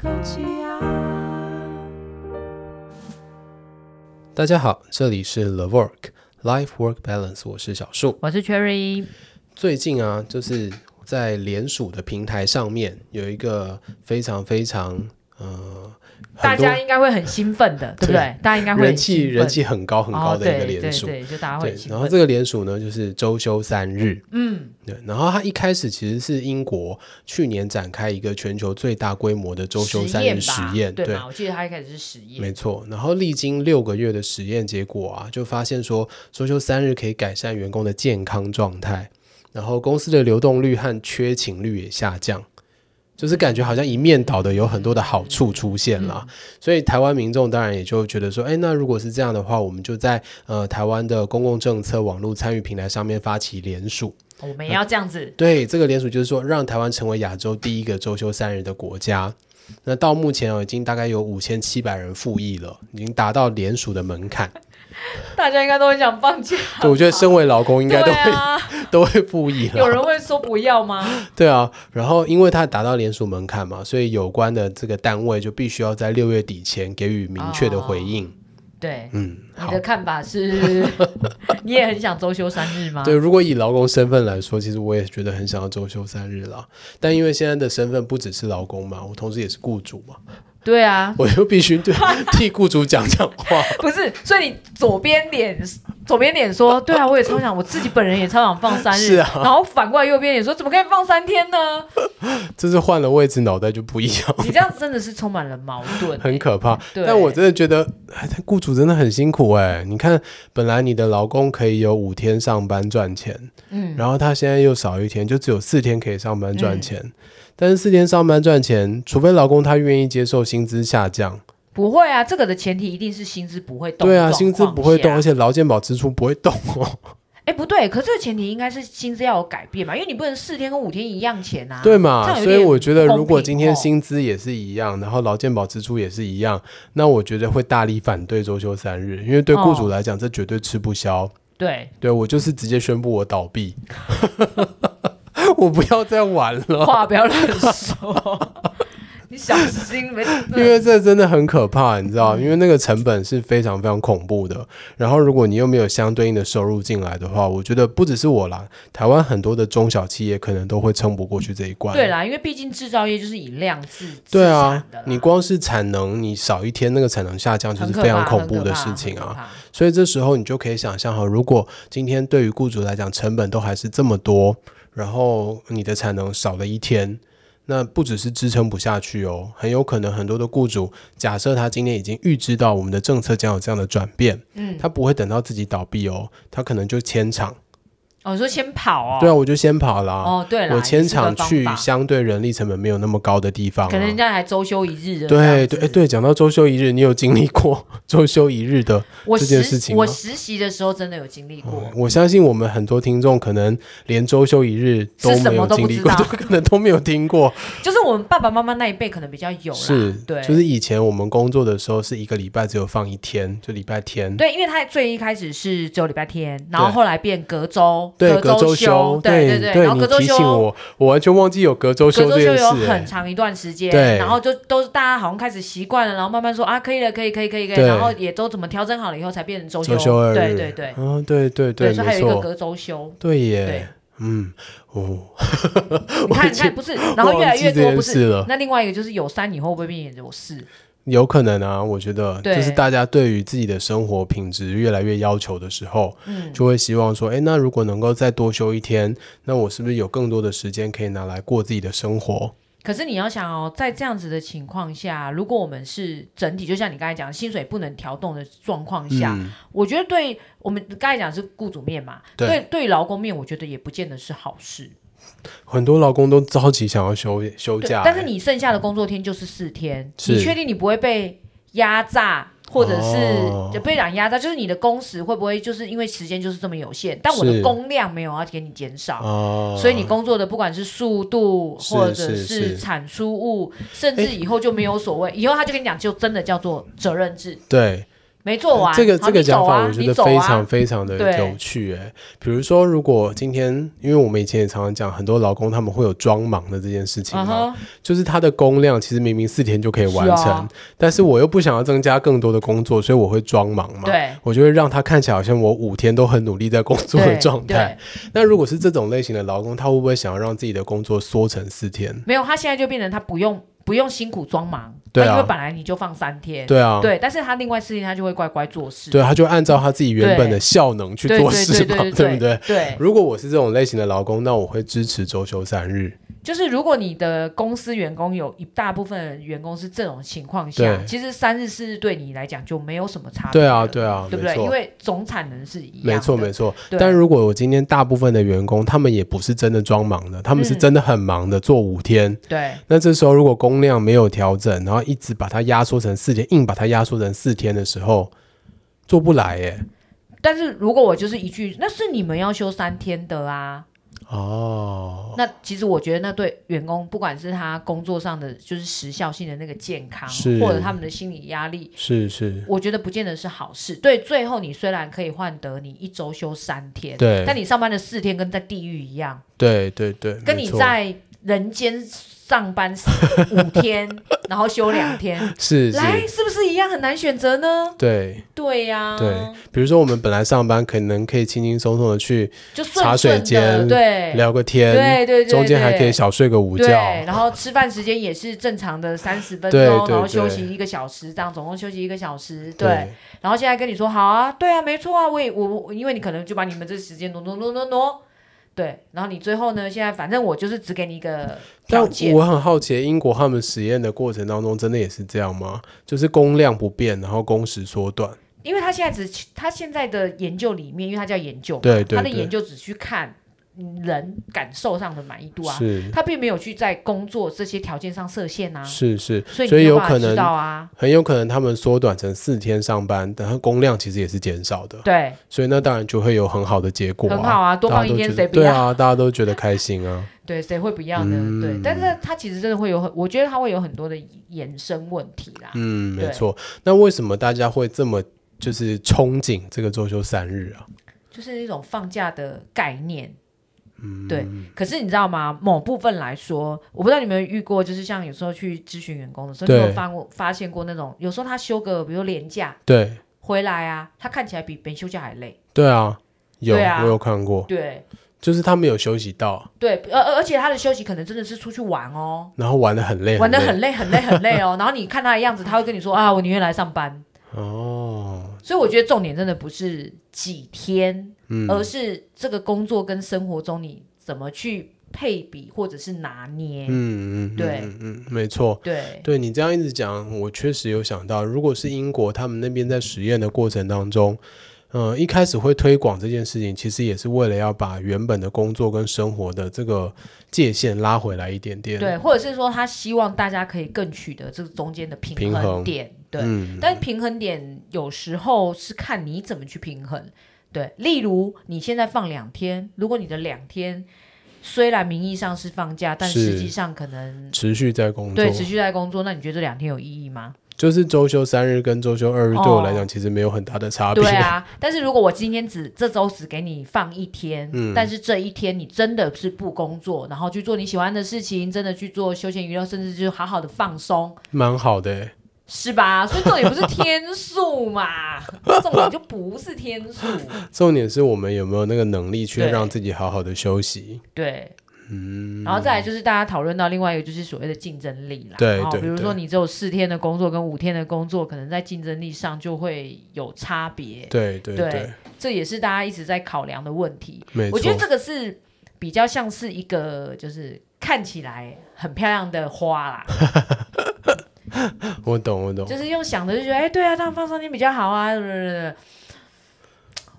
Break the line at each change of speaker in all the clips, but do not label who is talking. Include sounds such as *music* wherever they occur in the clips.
空气啊。
大家好，这里是 The Work Life Work Balance，我是小树。
我是 Cherry，
最近啊，就是在联署的平台上面有一个非常非常呃，
大
很多
家应该会很兴奋的，对
对
不对？大家应该会
人
很
气
兴奋
人气很高很高
哦
的一个
对
联署。
对对，就大家会
对
很，兴
然后
奋。
这个联署呢，就是周休三日，
嗯，
对。然后它一开始其实是英国去年展开一个全球最大规模的周休
实
三
验
日
吧
实验，
对吗？我记得他一开始是实验，
没错，然后历经六个月的实验结果啊，就发现说周休三日可以改善员工的健康状态，然后公司的流动率和缺勤率也下降，就是感觉好像一面倒的有很多的好处出现啦。所以台湾民众当然也就觉得说，哎，那如果是这样的话，我们就在呃台湾的公共政策网络参与平台上面发起联署。
我们也要这样子。
对，这个联署就是说，让台湾成为亚洲第一个周休三日的国家。那到目前哦，已经大概有五千七百人复议了，已经达到联署的门槛。
大家应该都很想放假，
对，我觉得身为劳工应该都
对
会、啊
啊，
*laughs* 都会复议
有
了。
人会说不要吗？
对啊，然后因为它达到联署门槛嘛，所以有关的这个单位就必须要在六月底前给予明确的回应。
对，
嗯，
哦你
好
的。看
*laughs*
法是，你也很想周休三日吗？
对，如果以劳工身份来说，其实我也觉得很想要周休三日啦。但因为现在的身份不只是劳工嘛，我同时也是雇主嘛，
对啊，
*laughs* 我又必须对替雇主讲讲话。 *laughs*
不是，所以你左边脸，左边脸说，对啊，我也超想，我自己本人也超想放三日，
是啊
然后反过来右边也说，怎么可以放三天呢？
这是换了位置，脑袋就不一样， *laughs*
你这样真的是充满了矛盾、欸
很可怕。
对
但我真的觉得，哎，但雇主真的很辛苦哎、你看，本来你的劳工可以有五天上班赚钱，
嗯，
然后他现在又少一天，就只有四天可以上班赚钱。
嗯
但是四天上班赚钱，除非劳工他愿意接受薪资下降，
不会啊，这个的前提一定是薪资不会动。
对啊，薪资不会动，而。且劳健保支出不会动哦。
哎，不对，可这个前提应该是薪资要有改变嘛，因为你不能四天跟五天一样钱啊。
对嘛？
这样有
所
点
以我觉得，如果
不公平哦
今天薪资也是一样，然后劳健保支出也是一样，那我觉得会大力反对周休三日，因为对雇主
哦
来讲，这绝对吃不消。
对，
对我就是直接宣布我倒闭， *laughs* 我不要再玩了，
话不要乱说， *laughs* 你小心没。
因为这真的很可怕，你知道？因为那个成本是非常非常恐怖的。然后，如果你又没有相对应的收入进来的话，我觉得不只是我啦，台湾很多的中小企业可能都会撑不过去这一关。
对啦，因为毕竟制造业就是以量制
对啊
制产的啦，
你光是产能，你少一天，那个产能下降就是
很可
非常
怕
恐
很
怖
可
的
怕
事
很
情
可
啊。
怕
所以这时候你就可以想象哈，如果今天对于雇主来讲成本都还是这么多，然后你的产能少了一天，那不只是支撑不下去哦，很有可能很多的雇主，假设他今天已经预知到我们的政策将有这样的转变，
嗯，
他不会等到自己倒闭哦，他可能就迁厂，
哦，你说先跑哦，
对啊，我就先跑啦。
哦，对了，
我迁厂去
也是个方法
相对人力成本没有那么高的地方、啊，
可能人家还周休一日的这样
对
子，
对哎对，讲到周休一日，你有经历过 *laughs* 周休一日的？
我
这件
实
事情啊
我
吗
实习的时候真的有经历过，
我相信我们很多听众可能连周休一日都
是什
没有
么都
经
不
历
知
过，*laughs*
道
都可能都没有听过。
就是我们爸爸妈妈那一辈可能比较有啦，
是，
对，
就是以前我们工作的时候是一个礼拜只有放一天，就礼拜天。
对，因为他最一开始是只有礼拜天，然后
对
后来变隔周，
对，
隔
周
休，
对
对对，然后
你
隔周
提醒
休。
我，我完全忘记有隔周
隔
休
周
这
休
件
有
事、
很
哎
长一段时间，
对
然后就都是大家好像开始习惯了，然后慢慢说啊，可以了，可以，可以，可以，可以，
对
然后也都怎么调整好了以后才变成周
周休二日
对对对
嗯，对对对，
所以还
没
有一个
错，
隔周休，
对耶， *laughs*
对
嗯，哦，
你看，你看，不是，然后越
忘
来越
记这
多，
件
不
事
是
了。
那另外一个就是有三以后会不会变成有四？
有可能啊，我觉得
对
就是大家对于自己的生活品质越来越要求的时候，
嗯，
就会希望说，哎，那如果能够再多休一天，那我是不是有更多的时间可以拿来过自己的生活？
可是你要想哦，在这样子的情况下，如果我们是整体，就像你刚才讲，薪水不能调动的状况下，
嗯，
我觉得对我们刚才讲是雇主面嘛，
对
对对，劳工面我觉得也不见得是好事。
很多劳工都着急想要休休
对，
假，
但是
诶
你剩下的工作天就是四天，
是
你确定你不会被压榨？或者是、
哦
就被讲压榨，就是你的工时会不会就是因为时间就是这么有限，但我
是
的工量没有要给你减少，
哦，
所以你工作的不管是速度
是
或者
是是
是产啊出物，甚至以后就没有所谓，以后他就跟你讲，就真的叫做责任制。
对。
没做完，
这个
好
这个
你
讲
走
法，
啊
我觉
你
得
走
非
啊
常非常的
对
有趣、欸。比如说，如果今天，因为我们以前也常常讲，很多劳工他们会有装忙的这件事情
嗯
嘛，
哼，
就是他的工量其实明明四天就可以完
是
成，
啊
但是我又不想要增加更多的工作，所以我会装忙嘛。
对
我就会让他看起来好像我五天都很努力在工作的
对
状态
对。
那如果是这种类型的劳工，他会不会想要让自己的工作缩成四天？
没有，他现在就变成他不用不用辛苦装忙，
对
他
啊
因为本来你就放三天，
对啊，
对，但是他另外四天他就会乖乖做事，
对，他就按照他自己原本的
对
效能去
对，
做
对
事
对
嘛，对不
对
对？
对，
如果我是这种类型的劳工，那我会支持周休三日。
就是如果你的公司员工有一大部分员工是这种情况下
对，
其实三日四日对你来讲就没有什么差别
对啊，
了
对啊，
对不
没
对？因
错，
为总产能是一样的，
没错，没错。
对
但如果我今天大部分的员工，他们也不是真的装忙的，他们是
嗯
真的很忙的，做五天。
对
那这时候如果工量没有调整，然后一直把它压缩成四天，硬把它压缩成四天的时候，做不来耶。
但是如果我就是一句，那是你们要休三天的啊。
哦，
那其实我觉得，那对员工，不管是他工作上的就是时效性的那个健康
是，
或者他们的心理压力，
是是，
我觉得不见得是好事。对，最后你虽然可以换得你一周休三天，
对
但你上班的四天跟在地狱一样，
对对对，
跟
没
你
错
在人间上班五天， *laughs* 然后休两天，
是是，
来是不是一样很难选择呢？
对
对呀、
对。比如说我们本来上班可能可以轻轻松松的去
就顺
茶水
顺的，
间
对。
聊个天，
对对对，
中间还可以
对
小睡个午觉
对，，然后吃饭时间也是正常的三十分钟，
对对
然后休
对
息一个小时，这样总共休息一个小时。对，然后现在跟你说好啊，对啊，没错啊，我也我我，因为你可能就把你们这时间挪挪挪挪挪，对，然后你最后呢，现在反正我就是只给你一个
但
条件，
我很好奇，英国他们实验的过程当中，真的也是这样吗？就是工量不变，然后工时缩短。
因为他现在只他现在的研究里面，因为他叫研究嘛，
对对
他的
对
研究只去看嗯人感受上的满意度啊，
是
他并没有去在工作这些条件上设限啊，
是是，
所以你
所以
没
有
办法
可
知
能
道啊，
很有可能他们缩短成四天上班，然后工量其实也是减少的，
对，
所以那当然就会有很好的结果、啊。
很好啊，多
大家
放一
都
天
觉得
谁不
对
要？
啊，嗯大家都觉得开心啊。
*laughs* 对，谁会不要呢？对，但是它其实真的会有很，我觉得它会有很多的衍生问题啦。
嗯，没
对
错。那为什么大家会这么就是憧憬这个周休三日啊？
就是一种放假的概念。
嗯
对。可是你知道吗？某部分来说，我不知道你们有没有遇过，就是像有时候去咨询员工的时候，你
对
有没有发过发现过那种，有时候他休个，比如年假
对
回来啊，他看起来比别人休假还累。
对啊，有
对啊
我有看过，
对
就是他们有休息到，
对，而而而且他的休息可能真的是出去玩哦，
然后玩的很累，
玩的
累
很累很累很累哦。 *laughs* 然后你看他的样子，他会跟你说啊，我宁愿来上班。
哦，
所以我觉得重点真的不是几天，
嗯
而是这个工作跟生活中你怎么去配比或者是拿捏。
嗯嗯，嗯
对
嗯嗯，没错。
对
对你这样一直讲，我确实有想到，如果是英国他们那边在实验的过程当中，嗯、一开始会推广这件事情，其实也是为了要把原本的工作跟生活的这个界限拉回来一点点。
对，或者是说他希望大家可以更取得这个中间的平
平衡
衡点。对，
嗯，
但平衡点有时候是看你怎么去平衡。对，例如你现在放两天，如果你的两天虽然名义上是放假，但
是
实际上可能
持续在工作
对，持续在工作，那你觉得这两天有意义吗？
就是周休三日跟周休二日
哦
对我来讲其实没有很大的差别。
对啊，但是如果我今天只这周只给你放一天，
嗯
但是这一天你真的是不工作，然后去做你喜欢的事情，真的去做休闲娱乐，甚至就好好的放松，
*laughs* 蛮好的欸。
是吧？所以重点不是天数嘛，
*laughs*
重点就不是天数。
重点是我们有没有那个能力去
对
让自己好好的休息。
对，嗯，然后再来就是大家讨论到另外一个就是所谓的竞争力啦，
对
哦
对
比如
对
说你只有四天的工作跟五天的工作，可能在竞争力上就会有差别，
对对
对
对，
这也是大家一直在考量的问题。
没错。
我觉得这个是比较像是一个，就是看起来很漂亮的花
*laughs*
啦，
我懂，我懂。
就是用想的就觉得，哎，对啊，这样放三天比较好啊，什么什么什么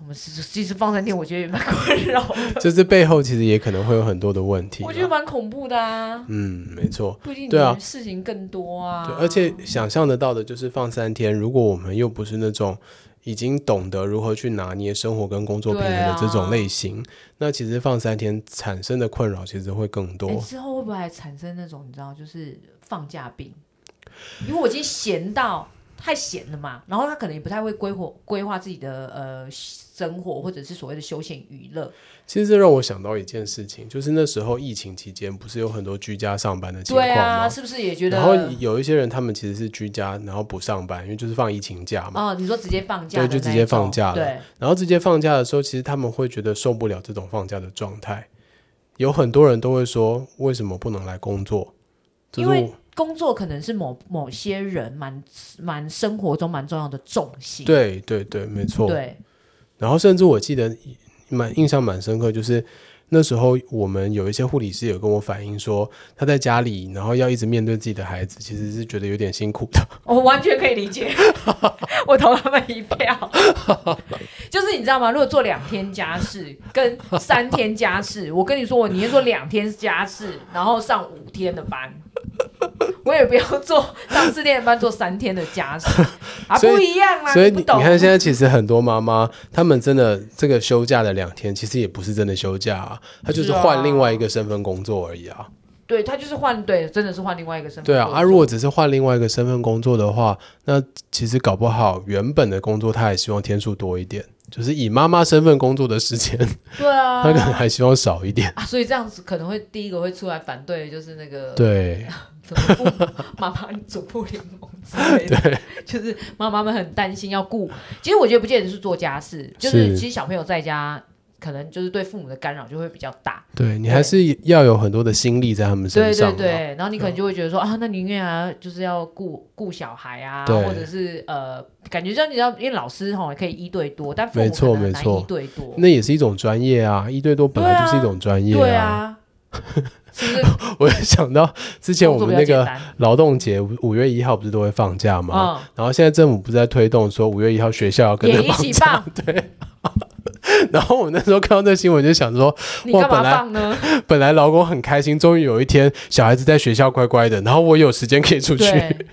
我们是其实放三天，我觉得也蛮困扰的，
就是背后其实也可能会有很多的问题啦。
我觉得蛮恐怖的啊。
嗯，没错。
不一定
对啊
事情更多啊，
对，而且想象得到的就是放三天，如果我们又不是那种已经懂得如何去拿捏生活跟工作平衡的这种类型，
啊
那其实放三天产生的困扰其实会更
哎
多。
之后会不会还产生那种你知道，就是放假病？因为我已经闲到太闲了嘛，然后他可能也不太会规划规划自己的呃生活，或者是所谓的休闲娱乐。
其实这让我想到一件事情，就是那时候疫情期间，不是有很多居家上班的情况
对
吗？
啊，是不是也觉得？
然后有一些人他们其实是居家，然后不上班，因为就是放疫情假嘛。
哦，你说直接放假
对
的那一种，
就直接放假了
对，
然后直接放假的时候，其实他们会觉得受不了这种放假的状态。有很多人都会说，为什么不能来工作？就是
因为
我
工作可能是某某些人蛮蛮生活中蛮重要的重心。
对对对，没错。
对
然后甚至我记得蛮印象蛮深刻，就是那时候我们有一些护理师有跟我反映说，他在家里，然后要一直面对自己的孩子，其实是觉得有点辛苦
*laughs*
的。
我完全可以理
*laughs*
解，我投他们一票。就是你知道吗？如果做两天家事跟三天家事，我跟你说，我宁愿做两天家事，然后上五天的班，我也不要做上四天的班，做三天的家
*laughs*
事啊，
所以
不一样啦，
所以
你
你
不
你
懂。
看，现在其实很多妈妈，她们真的这个休假的两天，其实也不是真的休假啊，她就是
是啊
换另外一个身份工作而已啊。
对他就是换，对，真的是换另外一个身份。
对啊，啊，如果只是换另外一个身份工作的话，那其实搞不好原本的工作她也希望天数多一点，就是以妈妈身份工作的时间，
对啊，
她可能还希望少一点。
啊，所以这样子可能会第一个会出来反对的就是那个
对，
祖父妈妈祖父联盟之类的，就是妈妈们很担心要顾。其实我觉得不见得是做家事，就是
是
其实小朋友在家可能就是对父母的干扰就会比较大。
对你
对
还是要有很多的心力在他们身
对
上、
对
啊。
对，然后你可能就会觉得说啊，那宁愿啊就是要顾顾小孩啊，
对
或者是呃，感觉像你知道，因为老师哈可以一对多，但父
没
母
错
可能很
没
难
错
一对多。
那也是一种专业啊，一对多本来就是一种专业
对。啊，是不是
*laughs* 我也想到之前
工
*laughs* 我
作比
们
较
那
简
个
单？
劳动节五五月一号不是都会放假吗？
嗯，
然后现在政府不是在推动说五月一号学校要跟着
也一
放
起
假，
放，
然后我那时候看到这新闻就想说，
你
哇
干嘛
本来
放呢？
本来劳工很开心，终于有一天小孩子在学校乖乖的，然后我有时间可以出去， *laughs*
对，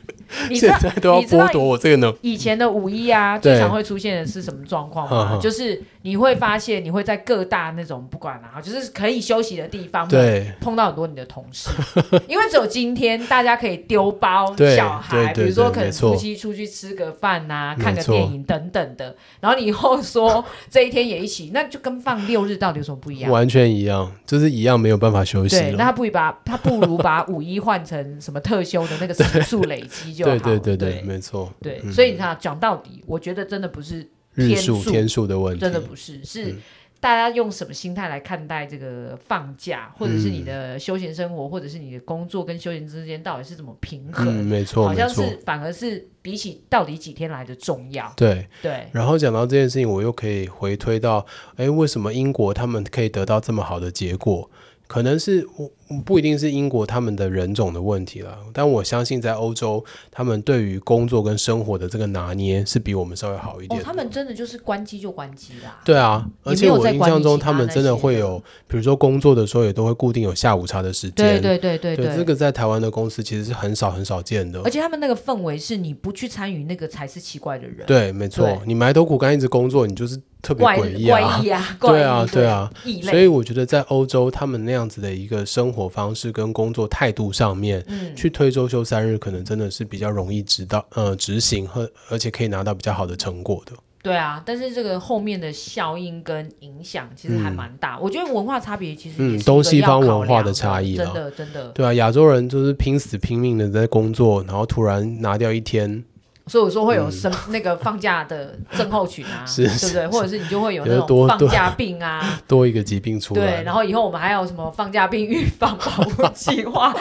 你知
现
道
在都要
你知道
剥夺我这个能。
以前的五一啊，
对
最常会出现的是什么状况
嗯
吗？
嗯
就是你会发现，你会在各大那种不管啊，就是可以休息的地方，，
对
碰到很多你的同事， *laughs* 因为只有今天大家可以丢包
对
小孩，
对对
比如说
对
可能
没错
夫妻出去吃个饭呐、
没
看个
错
电影等等的，然后你以
*laughs*
后说这一天也一起，那就跟放六日到底有什么不一样？
完全一样，就是一样没有办法休息
对，那他
了。
不如把他不如把五一换成什么特休的那个时数累积就好
对
了。
*laughs* 对对
对
没错，
对，
嗯
所以你看啊，讲到底，我觉得真的不是
日
天
数
数
天数的问题嗯
真的不是，是大家用什么心态来看待这个放假，或者是你的休闲生活，或者是你的工作跟休闲之间到底是怎么平
嗯，
衡？
没错
好
没
像
错，
是反而是比起到底几天来的重要。
对。
对，
然后讲到这件事情，我又可以回推到，哎，为什么英国他们可以得到这么好的结果？可能是我不一定是英国他们的人种的问题啦，但我相信在欧洲，他们对于工作跟生活的这个拿捏是比我们稍微好一
哦
点，的。
他们真的就是关机就关机啦。
对啊，而
也没
且
有
我
在
印
管
象
理
中
其
他
他
们
那
真的
些
会
的
有，比如说工作的时候也都会固定有下午茶的时
对
间。
对对对
对这个在台湾的公司其实是很少很少见的
而。且他们那个氛围是你不去参与那个才是奇怪的人。
对，没
对
错，你埋头苦干一直工作，你就是特别
怪
诡异啊。
怪异啊，怪
对
异
啊，对啊，，
异
所
类。
以我觉得在欧洲，他们那样子的一个生活方式跟工作态度上面，
嗯，
去推周休三日，可能真的是比较容易知道呃执行和而且可以拿到比较好的成果的。
对啊，但是这个后面的效应跟影响其实还蛮大。我觉得文化差别其实也是
嗯
一个
东西
要
方
考
文化
量
的差异啦
真的真的。
对啊，亚洲人就是拼死拼命的在工作，然后突然拿掉一天，
所以我说会有生、那个放假的症候群啊，
嗯是
对不对？或者是你就会有
有
那
多
种放假病
*laughs*
啊。
多一个疾病出
对，
来。
然后以后我们还有什么放假病预防保
*laughs*
护计划，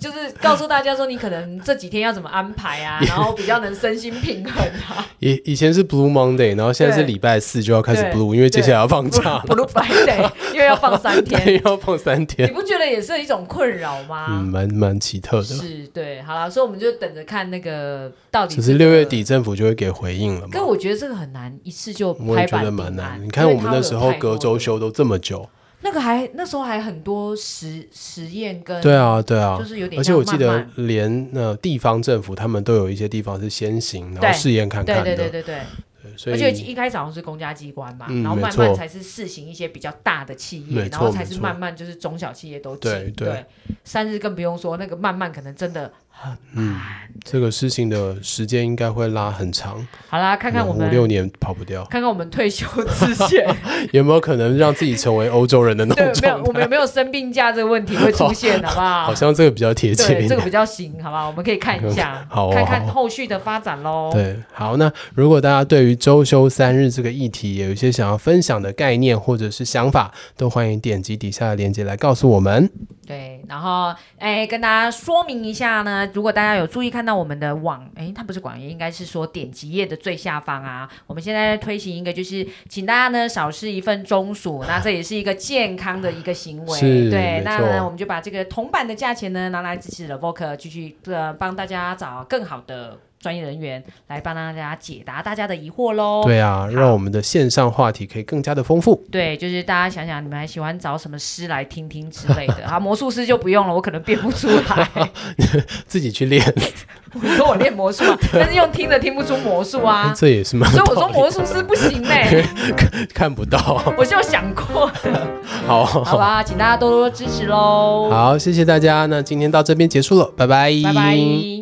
就是告诉大家说你可能这几天要怎么安排啊，然后比较能身心平衡啊。 *laughs*
以以前是 Blue Monday，然后现在是
对
礼拜四就要开始
对
Blue，因为接下来要放假了，
Blue Friday 因为要放三
*laughs*
天，
对，要放三
你
天，
不觉得也是一种困扰吗？
嗯，蛮蛮奇特的。
是对，好了，所以我们就等着看那个到底、
只是六月底，。政府就会给回应了嘛
可。我觉得这个很难，一次就
我也
拍
觉
板
得
定
蛮
案
难。你
因
看
为
我们
它
那
有
时候
太
隔
多
周
的，
休都这么久，
那个还那时候还很多实实验跟
对，啊，对啊
就。是有点
而且
像
我记
慢
得
慢
连呃地方政府他们都有一些地方是先行，然
对
后试验看看
对
的，
对对对对，
对所
而且
以
一开始好像是公家机关嘛，
嗯
然后
没
慢慢
错
才是试行一些比较大的企业
没，
然后
错
才
没
是
错
慢慢就是中小企业都进
对对
对，三日更不用说，那个慢慢可能真的
这个事情的时间应该会拉很长，
好啦，看看我
可能五六
们，
年跑不掉，
看看我们退休之前，
有没有可能让自己成为欧洲人的 *laughs* 那
对
种，
没有
状
我们有
态？
没有生病假这个问题会出现，好不
*laughs*
好？
好像这个比较贴切
对，
一
这个
点。，
比较行，好吧，我们可以看一下
*laughs* 好哦
看
好
看
哦
后续的发展喽。
对，好，那如果大家对于周休三日这个议题有一些想要分享的概念或者是想法，都欢迎点击底下的链接来告诉我们。
对，然后哎，跟大家说明一下呢，如果大家有注意看到我们的网，哎，它不是网页，应该是说点击页的最下方啊，我们现在推行一个，就是请大家呢少吃一份中暑，那这也是一个健康的一个行为。
是没
对，那
错
呢我们就把这个铜板的价钱呢拿来支持了 Voc，继续呃帮大家找更好的专业人员来帮大家解答大家的疑惑喽。
对啊，让我们的线上话题可以更加的丰富。 *laughs*
对，就是大家想想，你们还喜欢找什么诗来听听之类的啊？魔术师就不用了，我可能变不出来。
自己去练，，
我说我练魔术 *laughs* 啊，但是用听的听不出魔术啊
*laughs*
*laughs*
这也是蛮
所以
有
我说
道理，
魔术师不行呢、
看不到。
*laughs*
*laughs*
我是有想过的，
好，
好啊吧，请大家多多支持喽，
好，谢谢大家，那今天到这边结束了，拜拜，
拜拜。